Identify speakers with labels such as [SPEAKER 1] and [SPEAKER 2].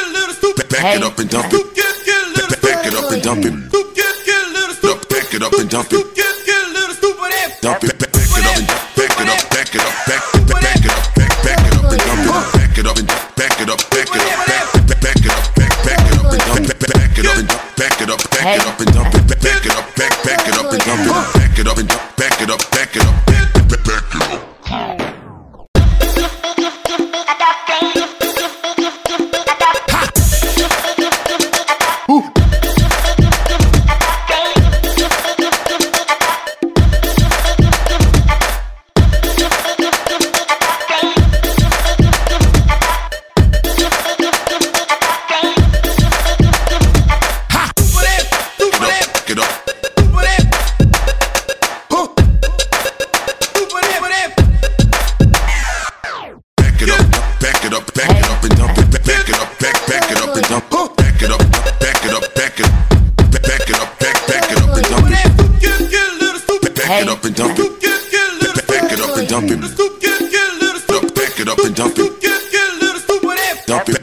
[SPEAKER 1] Back it up and dump it. Back- Back it up and dump it. Back it up and dump it. Dump it. Back back it up and dump- back it up. Back it up. Back back it up. Back back it up and dump it. Back it up and dump- back it up. Back it up. Back back- back it up. Back back it up and dump it. Back it up and dump- back it up. Back it up and dump it. Back back it up. Back back it up and dump it. Back it up and dump- back it up. Back it up. Back back it up. Back it up. Back it up, back it up, back it up and dump it. Back it up, back back it up and dump it. Back it up, back it up, back it up. Back back it up, back back it up and dump it. Back it up and dump it. Back it up and dump it. Back it up and dump it. Dump it,